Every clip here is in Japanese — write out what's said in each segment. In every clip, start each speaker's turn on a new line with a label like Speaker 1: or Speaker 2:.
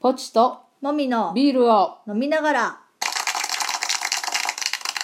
Speaker 1: ポチと
Speaker 2: もみの
Speaker 1: ビールを
Speaker 2: 飲みながら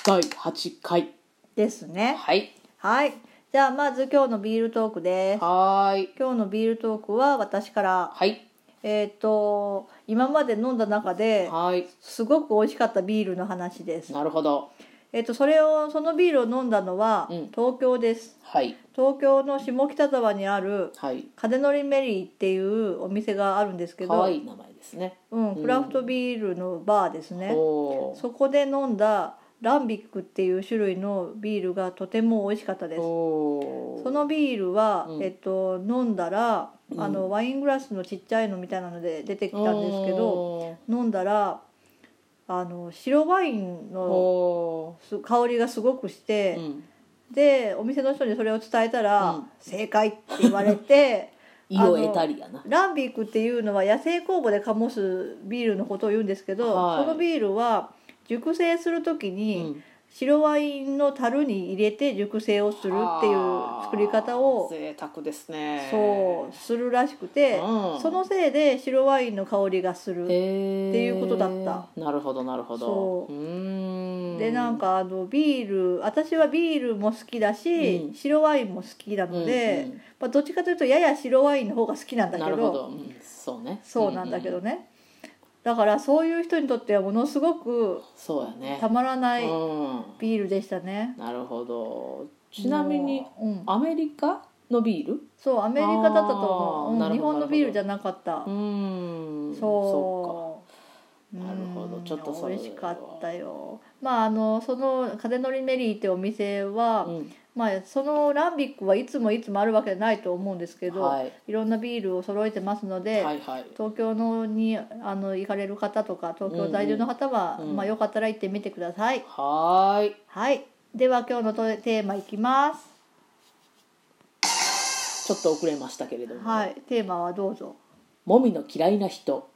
Speaker 1: 第8回
Speaker 2: ですね
Speaker 1: はい
Speaker 2: はいじゃあまず今日のビールトークです
Speaker 1: はーい
Speaker 2: 今日のビールトークは私から
Speaker 1: はい
Speaker 2: えっ、と今まで飲んだ中で
Speaker 1: はーい
Speaker 2: すごく美味しかったビールの話です
Speaker 1: なるほど
Speaker 2: えっ、とそれをそのビールを飲んだのは
Speaker 1: うん
Speaker 2: 東京です、
Speaker 1: はい
Speaker 2: 東京の下北沢にある
Speaker 1: はい
Speaker 2: 風のりメリーっていうお店があるんですけ
Speaker 1: 可
Speaker 2: ど
Speaker 1: 愛い名前ですね
Speaker 2: うん、クラフトビールのバーですね、
Speaker 1: おー
Speaker 2: そこで飲んだランビックっていう種類のビールがとても美味しかったです。
Speaker 1: おー
Speaker 2: そのビールは、
Speaker 1: うん
Speaker 2: えっと飲んだら、
Speaker 1: うん
Speaker 2: あのワイングラスのちっちゃいのみたいなので出てきたんですけど、
Speaker 1: お
Speaker 2: 飲んだらあの白ワイン
Speaker 1: ー
Speaker 2: の
Speaker 1: お
Speaker 2: す香りがすごくし
Speaker 1: ー
Speaker 2: て、
Speaker 1: うん
Speaker 2: でお店の人にそれを伝えたら、
Speaker 1: うん
Speaker 2: 正解って言われて
Speaker 1: 胃を得たりやな
Speaker 2: ランビックっていうのは野生酵母で醸すビールのことを言うんですけど、
Speaker 1: はい
Speaker 2: そのビールは熟成する時
Speaker 1: う
Speaker 2: に、
Speaker 1: ん
Speaker 2: 白ワインの樽に入れて熟成をするっていう作り方
Speaker 1: あー
Speaker 2: を
Speaker 1: 贅沢ですね
Speaker 2: そうするらしくて、
Speaker 1: うん
Speaker 2: そのせいで白ワインの香りがす
Speaker 1: っ
Speaker 2: る。
Speaker 1: て
Speaker 2: いうことだった
Speaker 1: なるほどなるほど
Speaker 2: そう
Speaker 1: ーん
Speaker 2: でなんかあのビール私はビールも好きだし、
Speaker 1: うん
Speaker 2: 白ワインも好きなので、
Speaker 1: うんうん
Speaker 2: まあ、どっちかというとやや白ワインの方が好きなんだけ
Speaker 1: な
Speaker 2: ど
Speaker 1: るほど、うんそうね
Speaker 2: そうなんだけど
Speaker 1: ね、
Speaker 2: ね、だからそういう人にとってはものすごく
Speaker 1: そうやね
Speaker 2: たまらない
Speaker 1: うん
Speaker 2: ビールでしたね。
Speaker 1: なるほどちなみに
Speaker 2: もう、うん、
Speaker 1: アメリカのビール
Speaker 2: そうアメリカだったと思う、
Speaker 1: あーな
Speaker 2: う
Speaker 1: る
Speaker 2: ん、
Speaker 1: ほど
Speaker 2: 日本のビールじゃなかった
Speaker 1: う。ん
Speaker 2: そう
Speaker 1: なるほど
Speaker 2: うん
Speaker 1: ちょっとそれ
Speaker 2: 美味しかったよまああのその風のりメリーってお店
Speaker 1: そ
Speaker 2: は、
Speaker 1: っか、うん
Speaker 2: まあそのランビックはいつもいつもあるわけじゃないと思うんですけど、、
Speaker 1: はいい、
Speaker 2: ろんなビールを揃えてますので、
Speaker 1: はいはい
Speaker 2: 東京のにあの行かれる方とか東京在住の方は、
Speaker 1: うんうん
Speaker 2: まあ、よかったら行ってみてください、
Speaker 1: はーい
Speaker 2: はいでは今日のトテーマいきます
Speaker 1: ちょっと遅れましたけれども、
Speaker 2: はいテーマはどうぞ、
Speaker 1: もみの嫌いな 人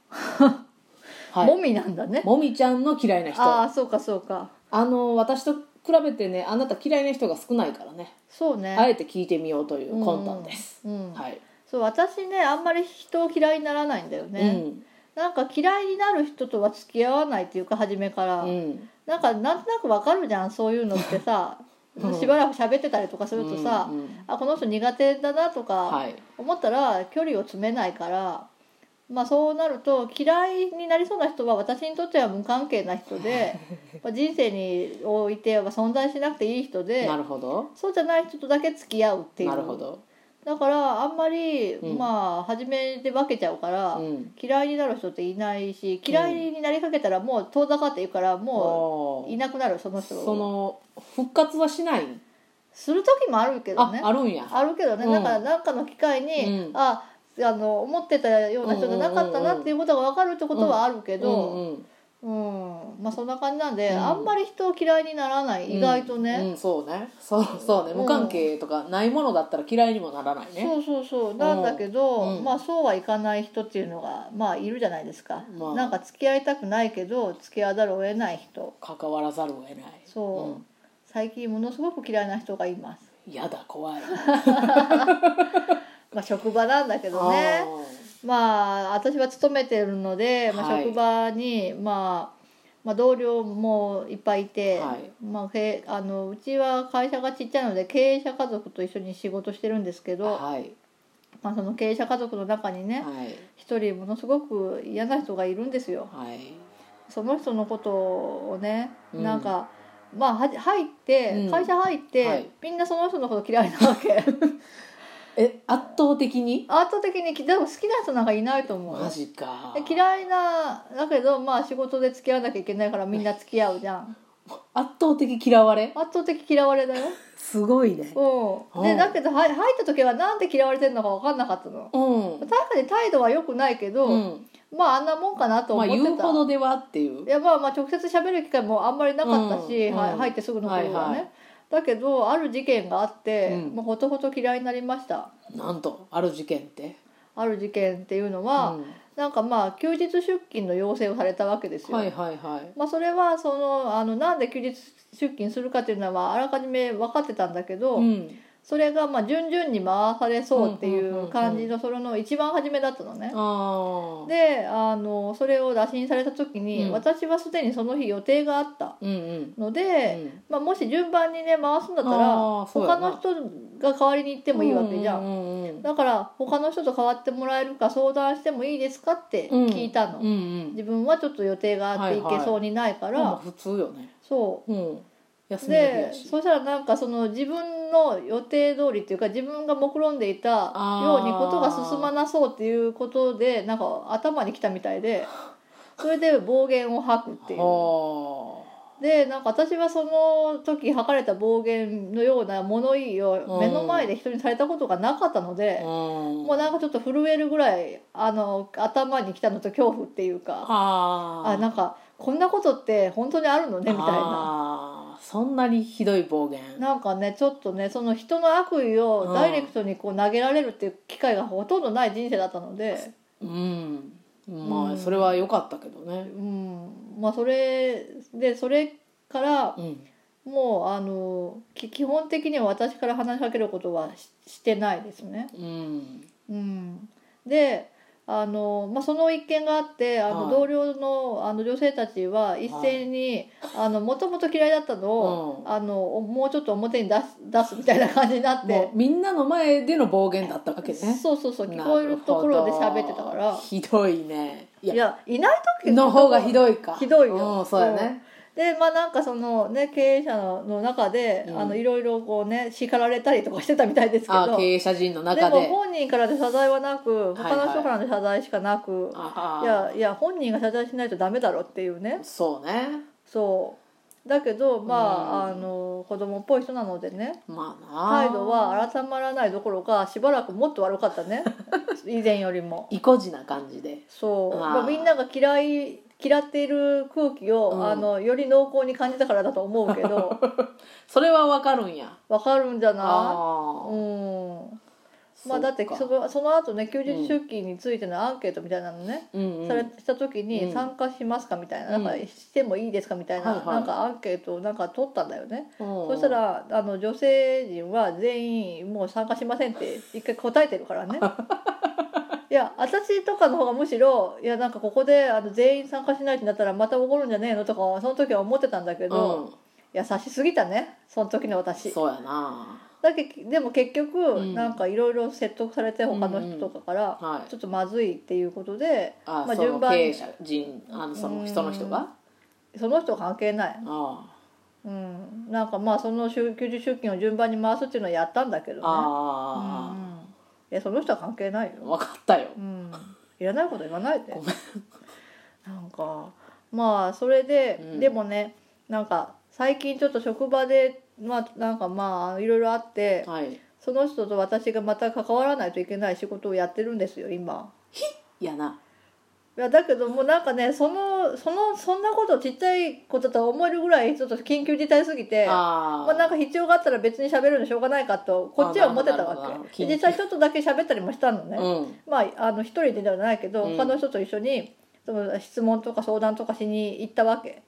Speaker 1: はい
Speaker 2: もみなんだね
Speaker 1: もみちゃんの嫌いな人あ
Speaker 2: ああそうかそうか
Speaker 1: の私と比べてねあなた嫌いな人が少ないからね
Speaker 2: そうね
Speaker 1: あえて聞いてみようという魂胆です、
Speaker 2: うんうん
Speaker 1: はい、
Speaker 2: そう私ねあんまり人を嫌いにならないんだよね、なんか嫌いになる人とは付き合わないっていうか初めから、
Speaker 1: うん、うん、
Speaker 2: なんかなんとなくわかるじゃんそういうのってさ
Speaker 1: うん
Speaker 2: しばらく喋ってたりとかするとさ、
Speaker 1: うんうん
Speaker 2: あこの人苦手だなとか
Speaker 1: はい
Speaker 2: 思ったら距離を詰めないから、まあ、そうなると嫌いになりそうな人は私にとっては無関係な 人でまあ人生においては存在しなくていい人で
Speaker 1: なるほど
Speaker 2: そうじゃない人とだけ付き合うっていう
Speaker 1: なるほど、
Speaker 2: だからあんまり、
Speaker 1: うん
Speaker 2: まあ初めで分けちゃうから、
Speaker 1: うん、
Speaker 2: 嫌いになる人っていないし嫌いになりかけたらもう遠ざかっていくからも
Speaker 1: も
Speaker 2: ういなくなるその人
Speaker 1: その復活はしない、
Speaker 2: する時もあるけど
Speaker 1: あ
Speaker 2: ねあ
Speaker 1: あるんや
Speaker 2: るけどね、
Speaker 1: うん
Speaker 2: なんかなんかの機会に、
Speaker 1: うん
Speaker 2: ああの思ってたような人じゃなかったなっていうことが分かるってことはあるけど、
Speaker 1: うんうん
Speaker 2: うんまあそんな感じなんで、
Speaker 1: うん
Speaker 2: あんまり人を嫌いにならない意外と
Speaker 1: う
Speaker 2: ね、
Speaker 1: んそうねそうそうね
Speaker 2: うん
Speaker 1: 無関係とかないものだったら嫌いにもならないね
Speaker 2: そうそうそうなんだけど、
Speaker 1: うん
Speaker 2: まあそうはいかない人っていうのがまあいるじゃないですか、
Speaker 1: まあ
Speaker 2: なんか付き合いたくないけど付き合わざるを得ない人
Speaker 1: 関わらざるを得ない
Speaker 2: そう、
Speaker 1: ん
Speaker 2: 最近ものすごく嫌いな人がいます
Speaker 1: やだ怖い
Speaker 2: まあ職場なんだけどねまあ私は勤めてるので、ま
Speaker 1: は
Speaker 2: あ、
Speaker 1: い
Speaker 2: 職場に、まあまあ、同僚もいっぱいいて、
Speaker 1: はい
Speaker 2: まあ、けあのうちは会社がちっちゃいので経営者家族と一緒に仕事してるんですけ
Speaker 1: あー
Speaker 2: ど、
Speaker 1: はい
Speaker 2: まあ、その経営者家族の中にね
Speaker 1: はい
Speaker 2: 一人ものすごく嫌な人がいるんですよ。
Speaker 1: はい
Speaker 2: その人のことをね、
Speaker 1: うん
Speaker 2: なんかまあは入って、
Speaker 1: うん
Speaker 2: 会社入って、
Speaker 1: はい
Speaker 2: みんなその人のこと嫌いな わけ
Speaker 1: え圧倒的に
Speaker 2: 圧倒的にでも好きな人なんかいないと思う
Speaker 1: マジか
Speaker 2: で嫌いなだけどまあ仕事で付き合わなきゃいけないからみんな付き合うじゃん
Speaker 1: 圧倒的嫌われ
Speaker 2: 圧倒的嫌われだよ
Speaker 1: すごいね
Speaker 2: うん
Speaker 1: う
Speaker 2: で
Speaker 1: ん
Speaker 2: だけどはい入った時はなんで嫌われてるのか分かんなかったの
Speaker 1: うん
Speaker 2: 確かに態度は良くないけど、
Speaker 1: うん
Speaker 2: まああんなもんかなと
Speaker 1: ま
Speaker 2: 思
Speaker 1: あ
Speaker 2: ってた、
Speaker 1: 言うほどではっていう
Speaker 2: いやまあまあ直接喋る機会もあんまりなかったし、
Speaker 1: うん
Speaker 2: は
Speaker 1: うん
Speaker 2: 入ってすぐの頃はね、
Speaker 1: はいはい
Speaker 2: だけどある事件があって、
Speaker 1: うん
Speaker 2: もうほとほと嫌いになりました
Speaker 1: なんとある事件って
Speaker 2: ある事件っていうのは、
Speaker 1: うん
Speaker 2: なんかまあ休日出勤の要請をされたわけですよ、
Speaker 1: はいはいはい
Speaker 2: まあ、それはそのあのなんで休日出勤するかっていうのはあらかじめ分かってたんだけど、
Speaker 1: うん
Speaker 2: それがまあ順々に回されそうってい
Speaker 1: んうんうんう
Speaker 2: うんう感じのそれの一番初めだったのね、
Speaker 1: ああ
Speaker 2: でああのそれを打診された時に、
Speaker 1: うん
Speaker 2: 私はすでにその日予定があった
Speaker 1: うんうん
Speaker 2: の
Speaker 1: う
Speaker 2: で、
Speaker 1: ん
Speaker 2: まあ、もし順番にね回すんだったら
Speaker 1: あーそうや
Speaker 2: 他
Speaker 1: な
Speaker 2: の人が代わりに行ってもいいわけじゃ
Speaker 1: う
Speaker 2: ん,、
Speaker 1: んうんうん
Speaker 2: だから他の人と代わってもらえるか相談してもいいですかって聞いたの、
Speaker 1: うんうん
Speaker 2: 自分はちょっと予定があって行けそうにないから、
Speaker 1: まあ普通よね
Speaker 2: そ
Speaker 1: うん休
Speaker 2: う
Speaker 1: みの日
Speaker 2: で
Speaker 1: やし
Speaker 2: そしたらなんかその自分の予定通りっていうか自分が目論んでいた
Speaker 1: あー
Speaker 2: ようにことが進まなそうっていうことでなんか頭にきたみたいでそれで暴言を吐くっていう。
Speaker 1: は
Speaker 2: でなんか私はその時吐かれた暴言のような物言いを目の前で人にされたことがなかったの
Speaker 1: あ
Speaker 2: で、も
Speaker 1: も
Speaker 2: うなんかちょっと震えるぐらいあの頭にきたのと恐怖っていうか
Speaker 1: あー
Speaker 2: あなんかこんなことって本当にあるのねみたいな
Speaker 1: あーそんなにひどい暴言
Speaker 2: なんかねちょっとねその人の悪意
Speaker 1: う
Speaker 2: を
Speaker 1: ん
Speaker 2: ダイレクトにこう投げられるっていう機会がほとんどない人生だったので、
Speaker 1: うん
Speaker 2: う
Speaker 1: まあ
Speaker 2: ん
Speaker 1: それは良かったけどね
Speaker 2: うんまあ、それでそれから
Speaker 1: うん
Speaker 2: もうあのき基本的には私から話しかけることはししてないですね。
Speaker 1: うん
Speaker 2: うん、であの、まあ、その一件があってあの、
Speaker 1: はい
Speaker 2: 同僚のあの女性たちは一斉にもともと嫌いだったのを、
Speaker 1: う
Speaker 2: あのもうちょっと表に出す出すみたいな感じになって
Speaker 1: も。うみんなの前での暴言だったわけね
Speaker 2: そうそうそう聞こえるところで喋ってたか
Speaker 1: なる
Speaker 2: ら
Speaker 1: ほどひどいねい
Speaker 2: い
Speaker 1: や
Speaker 2: やいない時
Speaker 1: の方がひどいか
Speaker 2: ひどいよ
Speaker 1: うんそうやね
Speaker 2: でまあなんかそのね経営者のの中で、
Speaker 1: うん
Speaker 2: あのいろいろこうね叱られたりとかしてたみたいですけ
Speaker 1: あ
Speaker 2: ど
Speaker 1: ー経営者陣の
Speaker 2: で
Speaker 1: 中
Speaker 2: も
Speaker 1: で
Speaker 2: 本人からで謝罪はなく
Speaker 1: はいはい
Speaker 2: 他の人からの謝罪しかなく、
Speaker 1: あ
Speaker 2: い
Speaker 1: あ
Speaker 2: やいや本人が謝罪しないとダメだろっていうね
Speaker 1: そうね
Speaker 2: そうだけどまあ、
Speaker 1: うん
Speaker 2: あの子供っぽい人なのでね
Speaker 1: まあな
Speaker 2: 態度は改まらないどころかしばらくもっと悪かった ね以前よりも
Speaker 1: 意固地な感じで
Speaker 2: そう
Speaker 1: うわ
Speaker 2: まあ、みんなが嫌い嫌っている空気を、
Speaker 1: うん
Speaker 2: あのより濃厚に感じたからだと思うけ ど
Speaker 1: それはわかるんや
Speaker 2: わかるんじゃな
Speaker 1: あ
Speaker 2: い
Speaker 1: あ
Speaker 2: うんまあだってそ
Speaker 1: こ
Speaker 2: のその後ね休日出勤についてのアンケートみたいなのね、
Speaker 1: うん
Speaker 2: され
Speaker 1: う
Speaker 2: した時
Speaker 1: う
Speaker 2: に
Speaker 1: ん
Speaker 2: 参加しますかみたいな,、
Speaker 1: うん
Speaker 2: なんかしてもいいですかみたい
Speaker 1: は
Speaker 2: な、
Speaker 1: いはい
Speaker 2: なんかアンケートをなんか取ったんだよね、
Speaker 1: ん、
Speaker 2: そしたらあの女性陣は全員もう参加しませんって一回答えてるか らねいや私とかの方がむしろいやなんかここであの全員参加しないってなったらまた怒るんじゃねえのとかその時は思ってたんだけど、
Speaker 1: うん
Speaker 2: いや差しすぎたねその時の私
Speaker 1: そうやな
Speaker 2: だけでも結局、
Speaker 1: ん
Speaker 2: なんかいろいろ説得されて他の人とかから、
Speaker 1: はい
Speaker 2: ちょっとまずいっていうことで
Speaker 1: あ、
Speaker 2: まあ
Speaker 1: その
Speaker 2: 順番
Speaker 1: 経
Speaker 2: に
Speaker 1: 営者人あのその人の人が
Speaker 2: その人は関係ない
Speaker 1: あ
Speaker 2: うん、なんかまあその週休日出勤を順番に回すっていうのはやったんだけど
Speaker 1: あ
Speaker 2: ねうん
Speaker 1: あ
Speaker 2: うんいやその人は関係ない
Speaker 1: あ
Speaker 2: よ、
Speaker 1: 分かったよ
Speaker 2: うん、いらないこと言わないで
Speaker 1: ごめん
Speaker 2: なんかまあそれで、
Speaker 1: うん
Speaker 2: でもねなんか最近ちょっと職場でまあなんかまあいろいろあって
Speaker 1: はい
Speaker 2: その人と私がまた関わらないといけない仕事をやってるんですよ今
Speaker 1: いやない
Speaker 2: やだけどもうなんかねそのそのそんなことちっちゃいこととは思えるぐらいちょっと緊急事態すぎて
Speaker 1: あ
Speaker 2: まあ、なんか必要があったら別に喋るのしょうがないかとこっちは思ってた
Speaker 1: あなるほどなる
Speaker 2: わ
Speaker 1: ほど
Speaker 2: けで実際ちょっとだけ喋ったりもしたのね、
Speaker 1: うん
Speaker 2: まああの一人でではないけど
Speaker 1: うん
Speaker 2: 他の人と一緒にその質問とか相談とかしに行ったわけ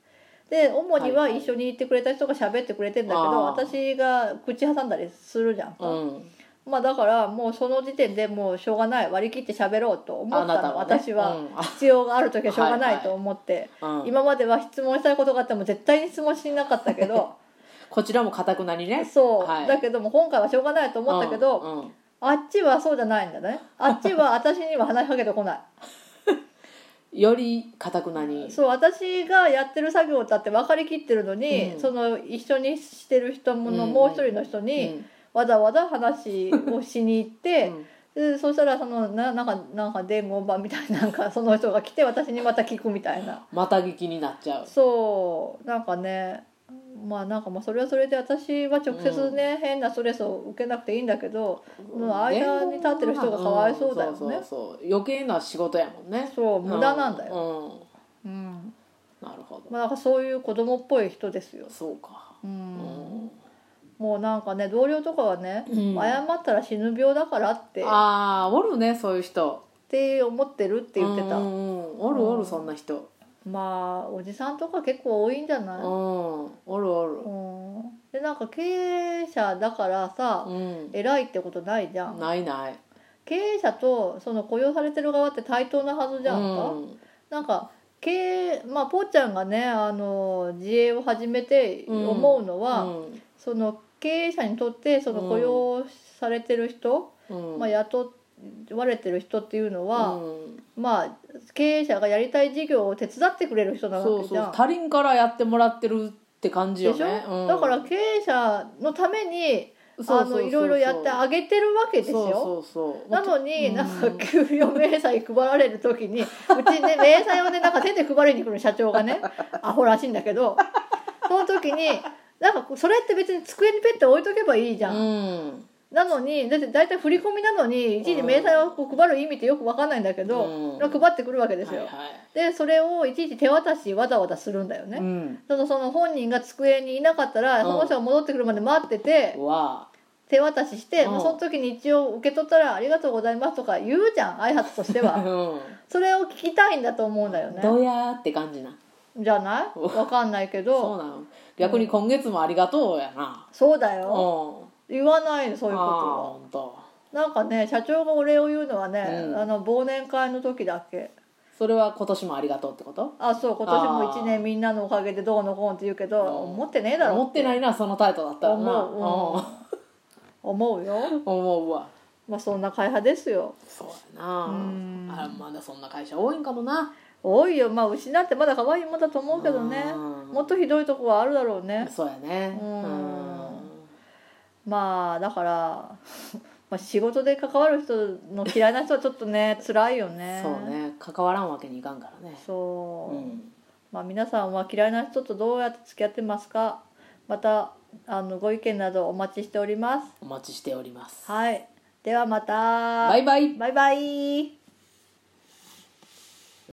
Speaker 2: で主には
Speaker 1: はいはい
Speaker 2: 一緒に行ってくれた人が喋ってくれてんだけど、
Speaker 1: あー
Speaker 2: 私が口挟んだりするじゃんか、
Speaker 1: うん
Speaker 2: まあだからもうその時点でもうしょうがない割り切って喋ろうと思
Speaker 1: あ
Speaker 2: った
Speaker 1: な
Speaker 2: の
Speaker 1: たはね
Speaker 2: 私は、
Speaker 1: うんあ
Speaker 2: 必要がある時はしょうがないと思って、
Speaker 1: うん
Speaker 2: 今までは質問したいことがあっても絶対に質問しなかったけど
Speaker 1: こちらもかたくなにね
Speaker 2: そう、
Speaker 1: はい
Speaker 2: だけども今回はしょうがないと思ったけど、
Speaker 1: うんうん
Speaker 2: あっちはそうじゃないんだねあっちは私には話しかけてこない
Speaker 1: よりかたくなに
Speaker 2: そう私がやってる作業だって分かりきってるのに、
Speaker 1: うん
Speaker 2: その一緒にしてる人もの、
Speaker 1: うん
Speaker 2: もう一人の人
Speaker 1: う
Speaker 2: に、
Speaker 1: ん
Speaker 2: わざわざ話をしに行っ
Speaker 1: う
Speaker 2: て、
Speaker 1: ん
Speaker 2: でそしたらそのななんかなんか伝言版みたいななんかその人が来て私にまた聞くみたいな
Speaker 1: また聞きになっちゃう
Speaker 2: そうなんかねまあなんかまあそれはそれで私は直接ね、変なストレスを受けなくていいんだけど、もう間に立ってる人がかわいそうだよね
Speaker 1: んそうそうそう余計な仕事やもんね
Speaker 2: そう無駄なんだよ、
Speaker 1: よ
Speaker 2: うん
Speaker 1: なるほど
Speaker 2: まあ、なんかそういう子供っぽい人ですよ、
Speaker 1: そうか
Speaker 2: う、
Speaker 1: うんん
Speaker 2: もうなんかね同僚とかはね、
Speaker 1: うん
Speaker 2: 謝ったら死ぬ病だからってっ
Speaker 1: ああおるねそういう人
Speaker 2: て思ってるって言ってた、
Speaker 1: うんうんうんおるお
Speaker 2: う
Speaker 1: る
Speaker 2: ん
Speaker 1: そんな人
Speaker 2: まあおじさんとか結構多いんじゃ
Speaker 1: う
Speaker 2: なんい、
Speaker 1: おるおる
Speaker 2: うんでなんか経営者だからさ、
Speaker 1: うん
Speaker 2: 偉いってことないじゃん
Speaker 1: ないない
Speaker 2: 経営者とその雇用されてる側って対等なはずじゃんか、
Speaker 1: うん
Speaker 2: なんか経営まあぽーちゃんがねあの自営を始めて
Speaker 1: うん
Speaker 2: 思うのは、
Speaker 1: うん
Speaker 2: その経営者にとってその雇用されてる人、
Speaker 1: うん
Speaker 2: まあ、雇われてる人っていうのは、
Speaker 1: うん
Speaker 2: まあ経営者がやりたい事業を手伝ってくれる人な
Speaker 1: そ
Speaker 2: わ
Speaker 1: う
Speaker 2: けじ
Speaker 1: そ
Speaker 2: ゃん
Speaker 1: う他人からやってもらってるって感じよ
Speaker 2: でしょ、
Speaker 1: ね、うん
Speaker 2: だから経営者のために
Speaker 1: そう
Speaker 2: あ
Speaker 1: そうそうそ
Speaker 2: の
Speaker 1: う
Speaker 2: いろいろやってあげてるわけですよ。
Speaker 1: そうそうそう
Speaker 2: なのに、
Speaker 1: うん
Speaker 2: なんか給与明細配られる時にうちね明細をねなんか手で配りに来る社長 がねアホらしいんだけどその時になんかそれって別に机にペッて置いとけばいいじゃん、
Speaker 1: うん
Speaker 2: なのにだって大体振り込みなのにいちいち明細をこう配る意味ってよく分かんないんだけど、
Speaker 1: うん
Speaker 2: 配ってくるわけですよ、
Speaker 1: はいは
Speaker 2: でそれをいちいち手渡しわざわざするんだよ
Speaker 1: い、
Speaker 2: ね、
Speaker 1: うん
Speaker 2: そのその本人が机にいなかったら、
Speaker 1: うん
Speaker 2: その人が戻ってくるまで待ってて、
Speaker 1: わ
Speaker 2: 手渡しして、
Speaker 1: うん
Speaker 2: まあ、その時に一応受け取ったら「ありがとうございます」とか言うじゃん挨拶として
Speaker 1: あ、
Speaker 2: は
Speaker 1: うん
Speaker 2: それを聞きたいんだと思うんだよね
Speaker 1: どやーって感じな
Speaker 2: じゃないわかんないけ
Speaker 1: そう
Speaker 2: ど
Speaker 1: なの逆に今月もありがとうやな
Speaker 2: そうだ
Speaker 1: うん
Speaker 2: よ言わないのそういうこ
Speaker 1: ああ
Speaker 2: と
Speaker 1: ほんと
Speaker 2: はなんかね社長がお礼を言うのはね、
Speaker 1: うん
Speaker 2: あの忘年会の時だけ
Speaker 1: それは今年もありがとうってこと
Speaker 2: あそう今年も1
Speaker 1: あ
Speaker 2: 年みんなのおかげでどうのこうのって言うけど
Speaker 1: うん
Speaker 2: 思ってねえだろ
Speaker 1: 持ってないなそのタイトルだったらな
Speaker 2: 思思うよ
Speaker 1: うん思うわ
Speaker 2: まあそんな会派ですよ
Speaker 1: そうやな
Speaker 2: うん
Speaker 1: あまだそんな会社多いんかもな
Speaker 2: 多いよまあ失ってまだ可愛いもんだと思うけどね
Speaker 1: うん
Speaker 2: もっとひどいとこはあるだろうね
Speaker 1: そうやね
Speaker 2: うん
Speaker 1: うん
Speaker 2: まあだから まあ仕事で関わる人の嫌いな人はちょっ とね辛いよね
Speaker 1: そうね関わらんわけにいかんからね
Speaker 2: そう
Speaker 1: うん
Speaker 2: まあ皆さんは嫌いな人とどうやって付き合ってますかまたあのご意見などお待ちしております
Speaker 1: お待ちしております
Speaker 2: はいではまた
Speaker 1: バイバイ
Speaker 2: バイバイ